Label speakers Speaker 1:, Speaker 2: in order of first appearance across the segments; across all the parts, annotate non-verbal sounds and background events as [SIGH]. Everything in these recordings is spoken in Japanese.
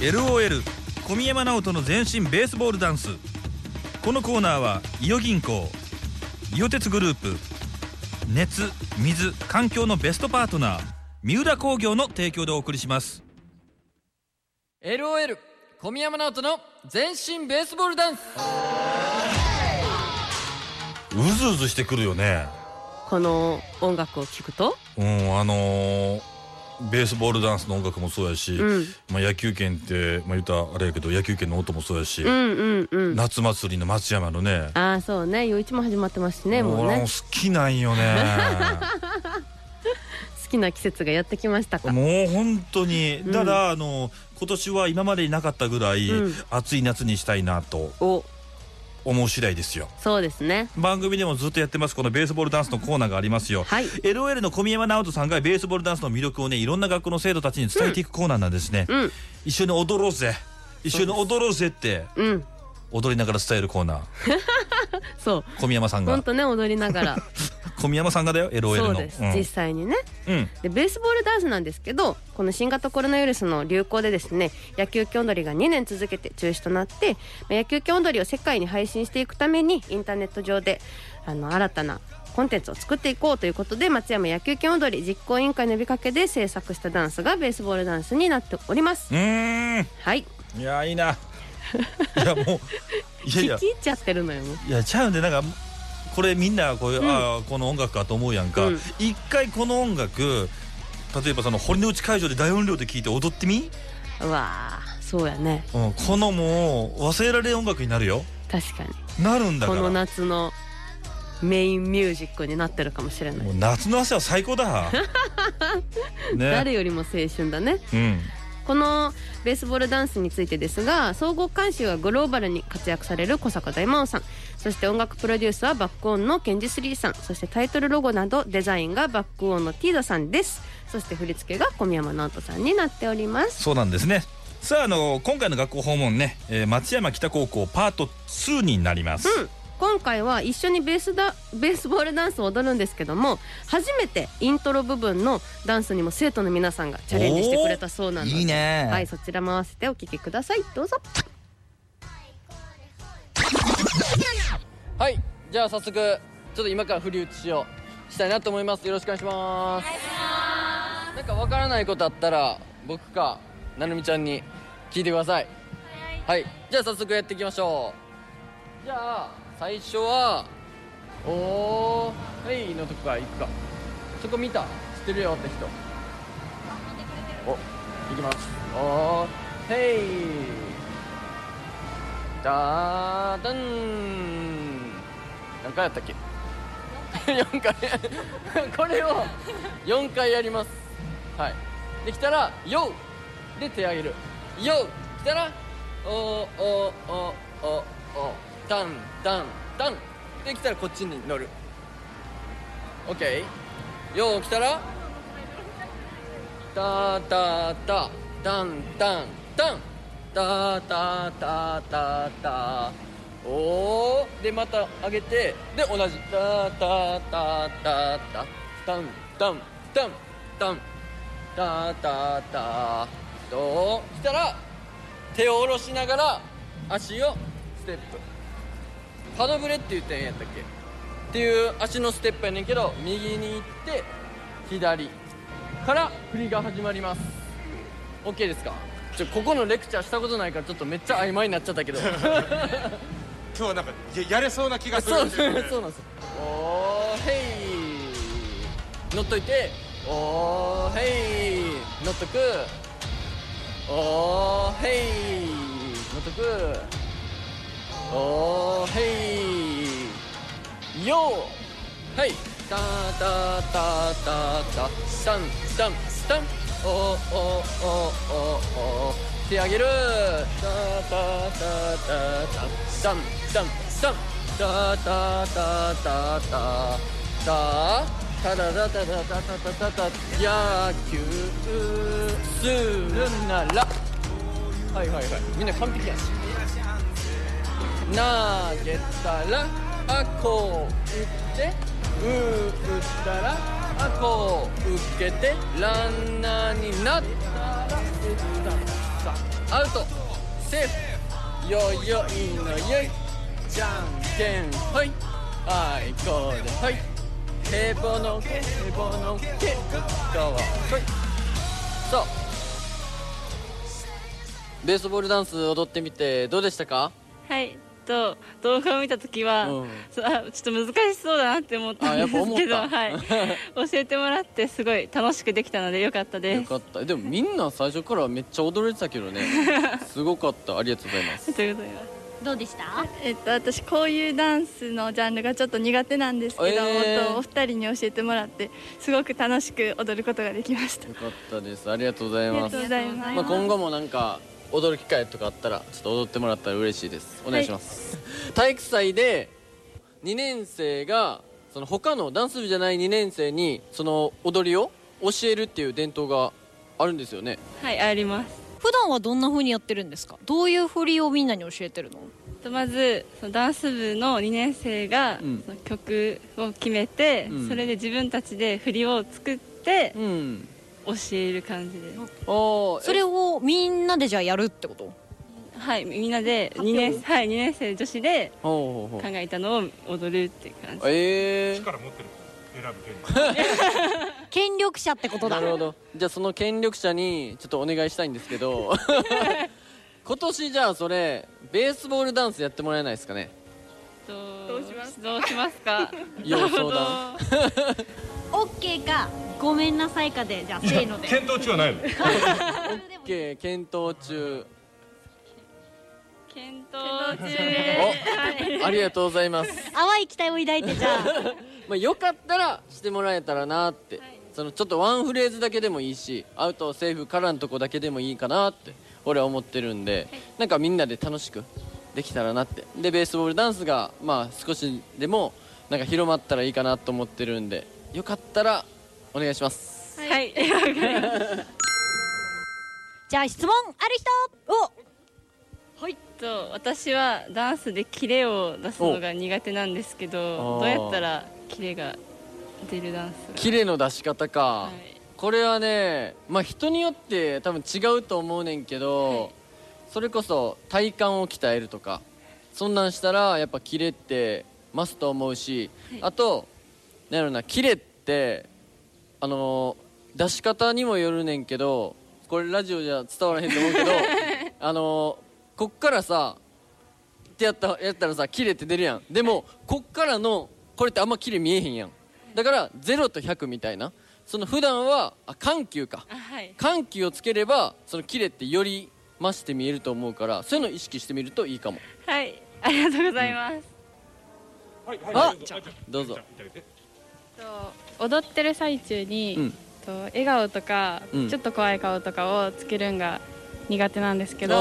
Speaker 1: LOL 小宮山直人の全身ベースボールダンスこのコーナーは伊予銀行伊予鉄グループ熱水環境のベストパートナー三浦工業の提供でお送りします
Speaker 2: LOL 小宮山直人の全身ベースボールダンス
Speaker 3: うずうずしてくるよね
Speaker 4: この音楽を聴くと
Speaker 3: うんあのーベースボールダンスの音楽もそうやし、
Speaker 4: うん
Speaker 3: まあ、野球拳って、まあ、言うたらあれやけど野球拳の音もそうやし、
Speaker 4: うんうんうん
Speaker 3: 夏祭りの松山のね
Speaker 4: ああそうね余一も始まってますしねもう
Speaker 3: 俺
Speaker 4: ね
Speaker 3: も好きなんよ
Speaker 4: [LAUGHS]
Speaker 3: ね
Speaker 4: 好きな季節がやってきましたか
Speaker 3: もう本当に
Speaker 4: うん
Speaker 3: ただ、あの今年は今までになかったぐらい、
Speaker 4: うん
Speaker 3: 暑い夏にしたいなと
Speaker 4: お
Speaker 3: 思う次第ですよ
Speaker 4: そうですね
Speaker 3: 番組でもずっとやってますこのベースボールダンスのコーナーがありますよ
Speaker 4: はい
Speaker 3: LOL の小宮山直人さんがベースボールダンスの魅力をねいろんな学校の生徒たちに伝えていくコーナーなんですね、
Speaker 4: うん
Speaker 3: 一緒に踊ろうぜ一緒に踊ろうぜって
Speaker 4: うん
Speaker 3: 踊りながら伝えるコーナー
Speaker 4: そう
Speaker 3: 小宮山さん
Speaker 4: ほ
Speaker 3: が
Speaker 4: んとね踊りなが [LAUGHS] ら
Speaker 3: 小宮山さんがだよ LOL の
Speaker 4: そうです、
Speaker 3: ん
Speaker 4: 実際にね
Speaker 3: うん
Speaker 4: でベースボールダンスなんですけどこの新型コロナウイルスの流行でですね野球競踊りが2年続けて中止となってまあ野球競踊りを世界に配信していくためにインターネット上であの新たなコンテンツを作っていこうということで松山野球競踊り実行委員会の呼びかけで制作したダンスがベースボールダンスになっております
Speaker 3: う。ーん
Speaker 4: はい、
Speaker 3: いやいいないやもういやいや
Speaker 4: 聞き入っちゃってるのよもう
Speaker 3: いやちゃうんでなんかこれみんなこういう、
Speaker 4: うん
Speaker 3: ああこの音楽かと思うやんか、
Speaker 4: うん
Speaker 3: 一回この音楽例えばその堀之内会場で大音量で聴いて踊ってみ、
Speaker 4: うわーそうやね
Speaker 3: うん、このもう忘れられん音楽になるよ
Speaker 4: 確かに
Speaker 3: なるんだか
Speaker 4: こ
Speaker 3: ら
Speaker 4: の夏のメインミュージックになってるかもしれない
Speaker 3: もう。夏の汗は最高だね
Speaker 4: 誰よりも青春だね
Speaker 3: うん
Speaker 4: このベースボールダンスについてですが総合監修はグローバルに活躍される小坂大魔王さんそして音楽プロデュースはバックオンのケンジスリーさんそしてタイトルロゴなどデザインがバックオンのティーダさんですそして振り付けが小宮山直人さんになっております
Speaker 3: そうなんですねさああの今回の学校訪問ね、えー松山北高校パート2になります、
Speaker 4: 今回は一緒にベースだベースボールダンスを踊るんですけども初めてイントロ部分のダンスにも生徒の皆さんがチャレンジしてくれたそうなんです
Speaker 3: いいね
Speaker 4: はいそちらも合わせてお聴きくださいどうぞ
Speaker 2: はいじゃあ早速ちょっと今から振り打ちしようしたいなと思いますよろしくお願いしますお願いしますなんかわからないことあったら僕かなるみちゃんに聞いてくださいはい、じゃあ早速やっていきましょうじゃあ最初は「おーはい」のとこから行くかそこ見た知ってるよって人お行きますおーはいダーダン何回やったっけ4回 [LAUGHS] これを4回やりますはいできたら「YO」で手上げる「YO」きたら「おおおおおダンダンダン」できたらこっちに乗る OK「YO」きたら「ダダダダンダンダン」ダーダーダーダーダーおーでまた上げてで同じダーダーダーダーダーダンダンダンダンダーダーダーとしたら手を下ろしながら足をステップパドブレっていう点やったっけっていう足のステップやねんけど右に行って左から振りが始まります OK ですかちょここのレクチャーしたことないからちょっとめっちゃ曖昧になっちゃったけど
Speaker 5: 今日はなんかややれそうな気がす
Speaker 2: [LAUGHS] そ
Speaker 5: るん
Speaker 2: う
Speaker 5: ですよね
Speaker 2: そうなんですよおーへい乗っといておーへい乗っとくおーへい乗っとくおーへいよーはいタタタタタスタンスタンスタンおーおーおーおーおー手上げるタタタタタスタンスタンスタンタタタタタタタララタラタタタタタ野球するならはいはいはいみんな完璧やし投げたらあこう打ってうー打ったらあこう受けてランナーになったら打ったさアウトセーフよいよいのよいじゃんけんほいあいこでほいへぼのけへぼのけかわほいさあベースボールダンス踊ってみてどうでしたか
Speaker 6: はいと動画を見た時は、
Speaker 2: うん
Speaker 6: そあちょっと難しそうだなって思った
Speaker 2: あ
Speaker 6: ん
Speaker 2: や
Speaker 6: で
Speaker 2: っぱ思
Speaker 6: す
Speaker 2: っ
Speaker 6: けど、
Speaker 2: た
Speaker 6: はい、
Speaker 2: [LAUGHS]
Speaker 6: 教えてもらってすごい楽しくできたのでよかった
Speaker 2: よ
Speaker 6: です
Speaker 2: かったでもみんな最初からめっちゃ踊れてたけどねすごかったありがとうございます
Speaker 6: ありがとうございます
Speaker 7: どうでした
Speaker 8: えっと、私こういうダンスのジャンルがちょっと苦手なんですけど、
Speaker 2: えー
Speaker 8: えっとお二人に教えてもらってすごく楽しく踊ることができました
Speaker 2: よかったですありがとうござい
Speaker 8: あり
Speaker 2: ま
Speaker 8: が
Speaker 2: す
Speaker 8: とうございます、
Speaker 2: まあ、今後もなんか踊る機会とかあったらちょっと踊ってもらったら嬉しいですお願いします、 [LAUGHS] 体育祭で2年生がその他のダンス部じゃない2年生にその踊りを教えるっていう伝統があるんですよね
Speaker 6: はいあります
Speaker 7: 普段はどんな風にやってるんですかどういう振りをみんなに教えてるの
Speaker 6: とまずそのダンス部の2年生が、
Speaker 2: うん
Speaker 6: その曲を決めて、
Speaker 2: うん
Speaker 6: それで自分たちで振りを作って
Speaker 2: うん
Speaker 6: 教える感じで
Speaker 2: ああ
Speaker 7: それをみんなでじゃあやるってこと
Speaker 6: はいみんなで
Speaker 7: 発
Speaker 6: 2
Speaker 7: 表
Speaker 6: 年,、はい、2年生女子で
Speaker 2: ほうほう
Speaker 6: 考
Speaker 2: ほう
Speaker 6: えたのを踊るっていう感じ
Speaker 2: ええ
Speaker 5: [LAUGHS] 力持ってる選ぶ権利
Speaker 7: 権力者ってことだ
Speaker 2: なるほどじゃあその権力者にちょっとお願いしたいんですけど今年じゃあそれベースボールダンスやってもらえないですかね
Speaker 6: と
Speaker 8: どうします
Speaker 6: どうしますか
Speaker 2: 要相談
Speaker 7: オッケーかごめんな [LAUGHS] さいかでじゃあせーので
Speaker 5: 検討中はないの
Speaker 2: オッケー検討中
Speaker 6: 検討中
Speaker 2: おありがとうございます、
Speaker 7: [LAUGHS] 淡い期待を抱いてじゃ [LAUGHS] あ
Speaker 2: まあ、よかったらしてもらえたらなって、そのちょっとワンフレーズだけでもいいしアウトセーフからのとこだけでもいいかなって俺は思ってるんで、なんかみんなで楽しくできたらなってでベースボールダンスがまあ少しでもなんか広まったらいいかなと思ってるんでよかったらお願いします
Speaker 6: はい
Speaker 7: じゃあ質問ある人お
Speaker 6: はいと私はダンスでキレを出すのが苦手なんですけ
Speaker 2: お
Speaker 6: ど
Speaker 2: あ
Speaker 6: どう
Speaker 2: ー
Speaker 6: やったらキレが出るダンス
Speaker 2: 綺麗の出し方か、
Speaker 6: がはい
Speaker 2: これはねまあ人によって多分違うと思うねんけど、
Speaker 6: はい
Speaker 2: それこそ体幹を鍛えるとかそんなんしたらやっぱキレって増すと思うし、
Speaker 6: はい
Speaker 2: あとなんやろなキレってあのー出し方にもよるねんけどこれラジオじゃ伝わらへんと思うけ
Speaker 9: [LAUGHS]
Speaker 2: どあのーこっからさってやったやったらさキレって出るやんでもこっからのこれってあんまキレ見えへんやんだから0と100みたいなその普段はあ緩急か
Speaker 6: あはい
Speaker 2: 緩急をつければそのキレってより増して見えると思うからそういうのを意識してみるといいかも
Speaker 6: はいありがとうございます、
Speaker 5: はい
Speaker 2: あ
Speaker 5: はい
Speaker 2: どうぞ
Speaker 9: と踊ってる最中に、
Speaker 2: うん
Speaker 9: と笑顔とか、
Speaker 2: うん
Speaker 9: ちょっと怖い顔とかをつけるんが苦手なんですけど
Speaker 2: ど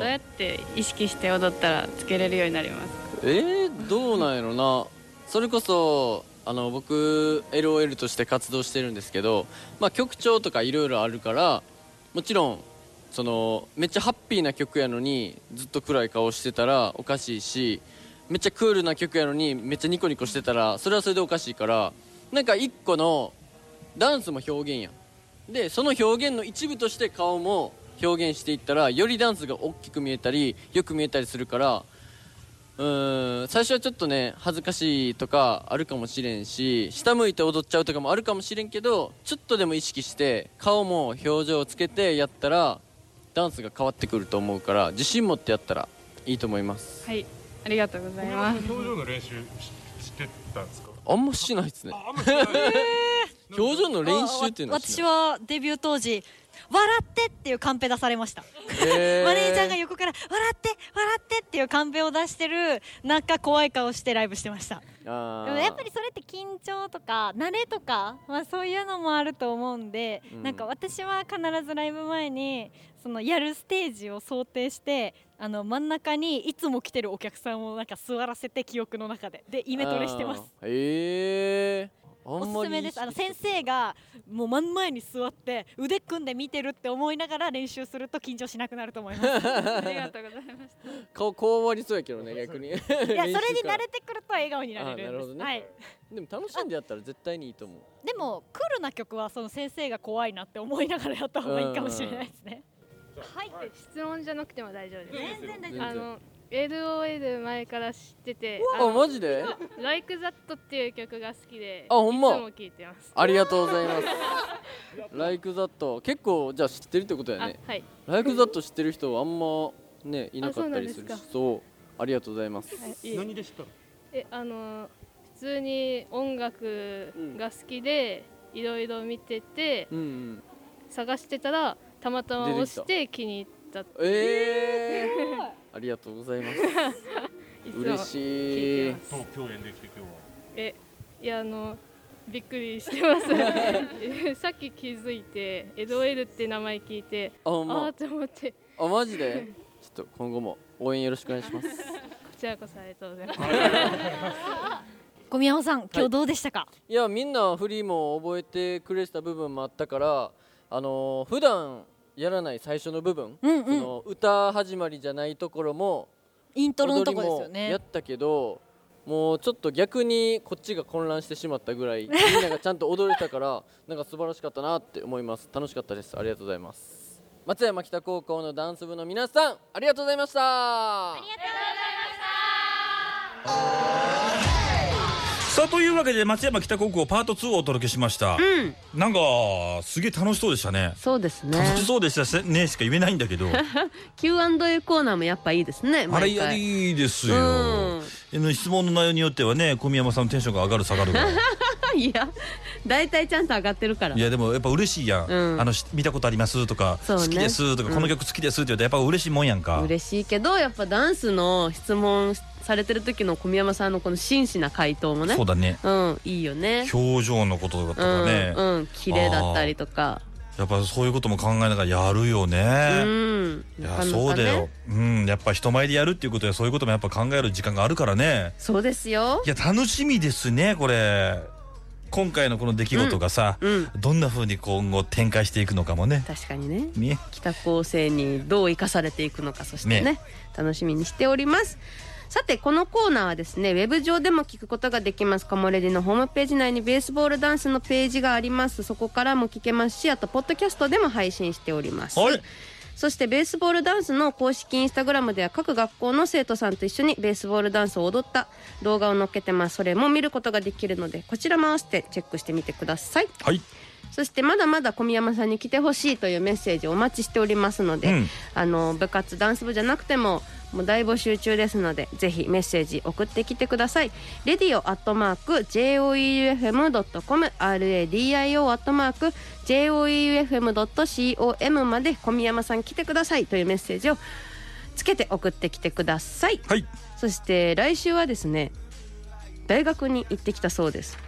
Speaker 9: どうやって意識して踊ったらつけれるようになります
Speaker 2: えー、どうなんやろなそれこそあの僕 LOL として活動してるんですけど、まあ、曲調とかいろいろあるからもちろんそのめっちゃハッピーな曲やのにずっと暗い顔してたらおかしいしめっちゃクールな曲やのにめっちゃニコニコしてたらそれはそれでおかしいからなんか一個のダンスも表現やんでその表現の一部として顔も表現していったらよりダンスが大きく見えたりよく見えたりするからうーん最初はちょっとね恥ずかしいとかあるかもしれんし下向いて踊っちゃうとかもあるかもしれんけどちょっとでも意識して顔も表情をつけてやったらダンスが変わってくると思うから自信持ってやったらいいと思います
Speaker 9: はいありがとうござい
Speaker 5: 表
Speaker 9: ます
Speaker 5: 情の練習ししてたんですか
Speaker 2: あんましないですね
Speaker 5: ああんましてない
Speaker 2: 表情の練習っていうの
Speaker 7: わ
Speaker 2: は
Speaker 7: 私
Speaker 2: は、
Speaker 7: はデビュー当時笑ってっていうカンペ出されました
Speaker 2: え
Speaker 7: マネージャーが横から笑って笑ってっていうカンペを出してる中怖い顔してライブしてました
Speaker 2: あ
Speaker 7: でも
Speaker 2: ー
Speaker 7: やっぱりそれって緊張とか慣れとか、まあ、そういうのもあると思うんで、
Speaker 2: うん
Speaker 7: なんか私は必ずライブ前にそのやるステージを想定してあの真ん中にいつも来てるお客さんをなんか座らせて記憶の中ででイメトレしてます
Speaker 2: あーへえあ
Speaker 7: お
Speaker 2: んます
Speaker 7: す
Speaker 2: り
Speaker 7: めですあの先生がもう真ん前に座って腕組んで見てるって思いながら練習すると緊張しなくなると思います
Speaker 2: [LAUGHS]
Speaker 7: いや
Speaker 9: ありがとうございました
Speaker 2: 顔こうありそうやけどね逆にいやそれ
Speaker 7: それに慣れてくると笑顔になれるんで
Speaker 2: あー
Speaker 7: す
Speaker 2: なるほどね
Speaker 7: はい、
Speaker 2: でも楽しんでやったら絶対にいいと思う
Speaker 7: でもクールな曲はその先生が怖いなって思いながらやった方がいいかもしれないですねはいって
Speaker 9: 質問じゃなくても大丈夫です
Speaker 7: 全然大丈
Speaker 9: あの LOL 前から知ってて「
Speaker 2: あマジで
Speaker 9: Like That」っていう曲が好きで
Speaker 2: あほんま
Speaker 9: いつも聴いてます
Speaker 2: ありがとうございますライクザット結構じゃあ知ってるってことや
Speaker 9: あ
Speaker 2: ね
Speaker 9: はい
Speaker 2: ライクザット知ってる人あんまねいなかったりするし
Speaker 9: あそうな
Speaker 2: そう
Speaker 9: んですか
Speaker 2: ありがとうございます
Speaker 9: いえ
Speaker 5: 何で知ったの
Speaker 9: えあの普通に音楽が好きでいろいろ見てて
Speaker 2: うんうん
Speaker 9: 探してたらたまたま押して気に入った
Speaker 2: ええありがとうございます
Speaker 9: いつも
Speaker 2: 嬉
Speaker 9: 聞
Speaker 2: し
Speaker 9: い
Speaker 2: い
Speaker 9: てます
Speaker 5: そう共演できて今日は
Speaker 9: えいやあのびっくりしてます
Speaker 2: [LAUGHS]
Speaker 9: えさっき気づいて LOL って名前聞いて
Speaker 2: あほん
Speaker 9: ああ
Speaker 2: ま
Speaker 9: ーと思ってこ
Speaker 2: あマジでちょっと今後も応援よろしくお願いします
Speaker 9: ちらこそありがとうございます
Speaker 7: 小宮山さん今日どうでしたか、
Speaker 2: いやみんなフリーも覚えてくれてた部分もあったからあのー普段やらない最初の部分、
Speaker 7: うん
Speaker 2: その歌始まりじゃないところも
Speaker 7: イントロのとこです
Speaker 2: 踊
Speaker 7: よ
Speaker 2: りもや
Speaker 7: ね
Speaker 2: ったけどもうちょっと逆にこっちが混乱してしまったぐらいみんながちゃんと踊れたから [LAUGHS] なんか素晴らしかったなって思います楽しかったですありがとうございます松山北高校のダンス部の皆さんありがとうございました
Speaker 3: さあというわけで松山北高校パート2をお届けしました、
Speaker 4: うん
Speaker 3: なんかすげえ楽しそうでしたね
Speaker 4: そうですね
Speaker 3: 楽しそうでしたねしか言えないんだけど
Speaker 4: [LAUGHS] Q&A コーナーもやっぱいいですね
Speaker 3: あれ
Speaker 4: 毎
Speaker 3: や
Speaker 4: 回
Speaker 3: りです
Speaker 4: うん
Speaker 3: よ、質問の内容によってはね小宮山さんのテンションが上がる下がるが
Speaker 4: いや大体ちゃんと上がってるから
Speaker 3: いやでもやっぱ嬉しいやん、
Speaker 4: うん
Speaker 3: あのし見たことありますとか、
Speaker 4: そうね
Speaker 3: 好きですとか、
Speaker 4: うん
Speaker 3: この曲好きですって言うとやっぱ嬉しいもんやんか
Speaker 4: 嬉しいけどやっぱダンスの質問されてる時の小宮山さんのこの真摯な回答もね
Speaker 3: そうだね
Speaker 4: うんいいよね
Speaker 3: 表情のことと
Speaker 4: う
Speaker 3: かね、
Speaker 4: んうん綺麗だったりとか
Speaker 3: やっぱそういうことも考えながらやるよ
Speaker 4: う
Speaker 3: ね、
Speaker 4: ん
Speaker 3: い
Speaker 4: な
Speaker 3: や
Speaker 4: かなかね
Speaker 3: そうだよ、うん、やっぱ人前でやるっていうことやそういうこともやっぱ考える時間があるからね
Speaker 4: そうですよ
Speaker 3: いや楽しみですねこれ今回のこの出来事がさ、
Speaker 4: うん
Speaker 3: どんな風に今後展開していくのかもね
Speaker 4: 確かにね
Speaker 3: ね
Speaker 4: 北高生にどう生かされていくのかそしてね
Speaker 3: ね
Speaker 4: 楽しみにしておりますさてこのコーナーはですねウェブ上でも聞くことができますカモレディのホームページ内にベースボールダンスのページがありますそこからも聞けますしあとポッドキャストでも配信しております、
Speaker 3: はい
Speaker 4: そしてベースボールダンスの公式インスタグラムでは各学校の生徒さんと一緒にベースボールダンスを踊った動画を載っけてますそれも見ることができるのでこちらも合わせてチェックしてみてください
Speaker 3: はい
Speaker 4: そしてまだまだ小宮山さんに来てほしいというメッセージをお待ちしておりますので、
Speaker 3: うん
Speaker 4: あの部活ダンス部じゃなくてももう大募集中ですのでぜひメッセージ送ってきてくださいレディオアットマーク JOEUFM.com RADIO アットマーク JOEUFM.com まで小宮山さん来てくださいというメッセージをつけて送ってきてください
Speaker 3: はい
Speaker 4: そして来週はですね大学に行ってきたそうです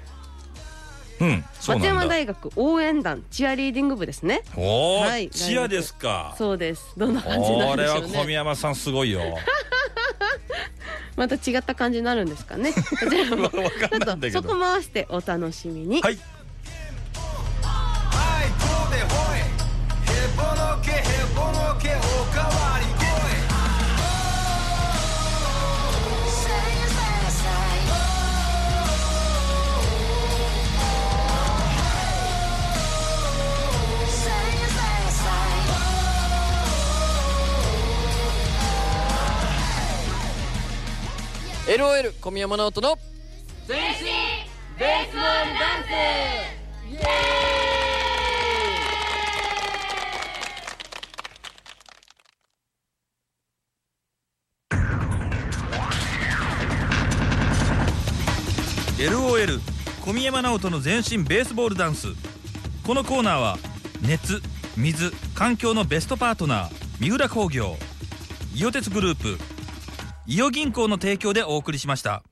Speaker 3: うんそう
Speaker 4: 松
Speaker 3: な
Speaker 4: 山
Speaker 3: んだ
Speaker 4: 大学応援団チアリーディング部ですね
Speaker 3: おお、
Speaker 4: はい
Speaker 3: チアですか
Speaker 4: そうですどんな感じにな
Speaker 3: こ
Speaker 4: るん
Speaker 3: れ
Speaker 4: でしょ
Speaker 3: は
Speaker 4: う
Speaker 3: 小
Speaker 4: ね
Speaker 3: 宮山さんすごい
Speaker 4: [LAUGHS]
Speaker 3: よ
Speaker 4: また違った感じになるんですかねこちらもちょ
Speaker 3: わかんない
Speaker 4: っ
Speaker 3: んだけ
Speaker 4: とそこ
Speaker 3: ど
Speaker 4: も合わせてお楽しみに、
Speaker 3: はい
Speaker 2: い LOL 小宮山直人の
Speaker 1: 「LOL 小宮山直人の全身ベースボールダンス」このコーナーは熱水環境のベストパートナー三浦工業伊予鉄グループ伊予銀行の提供でお送りしました。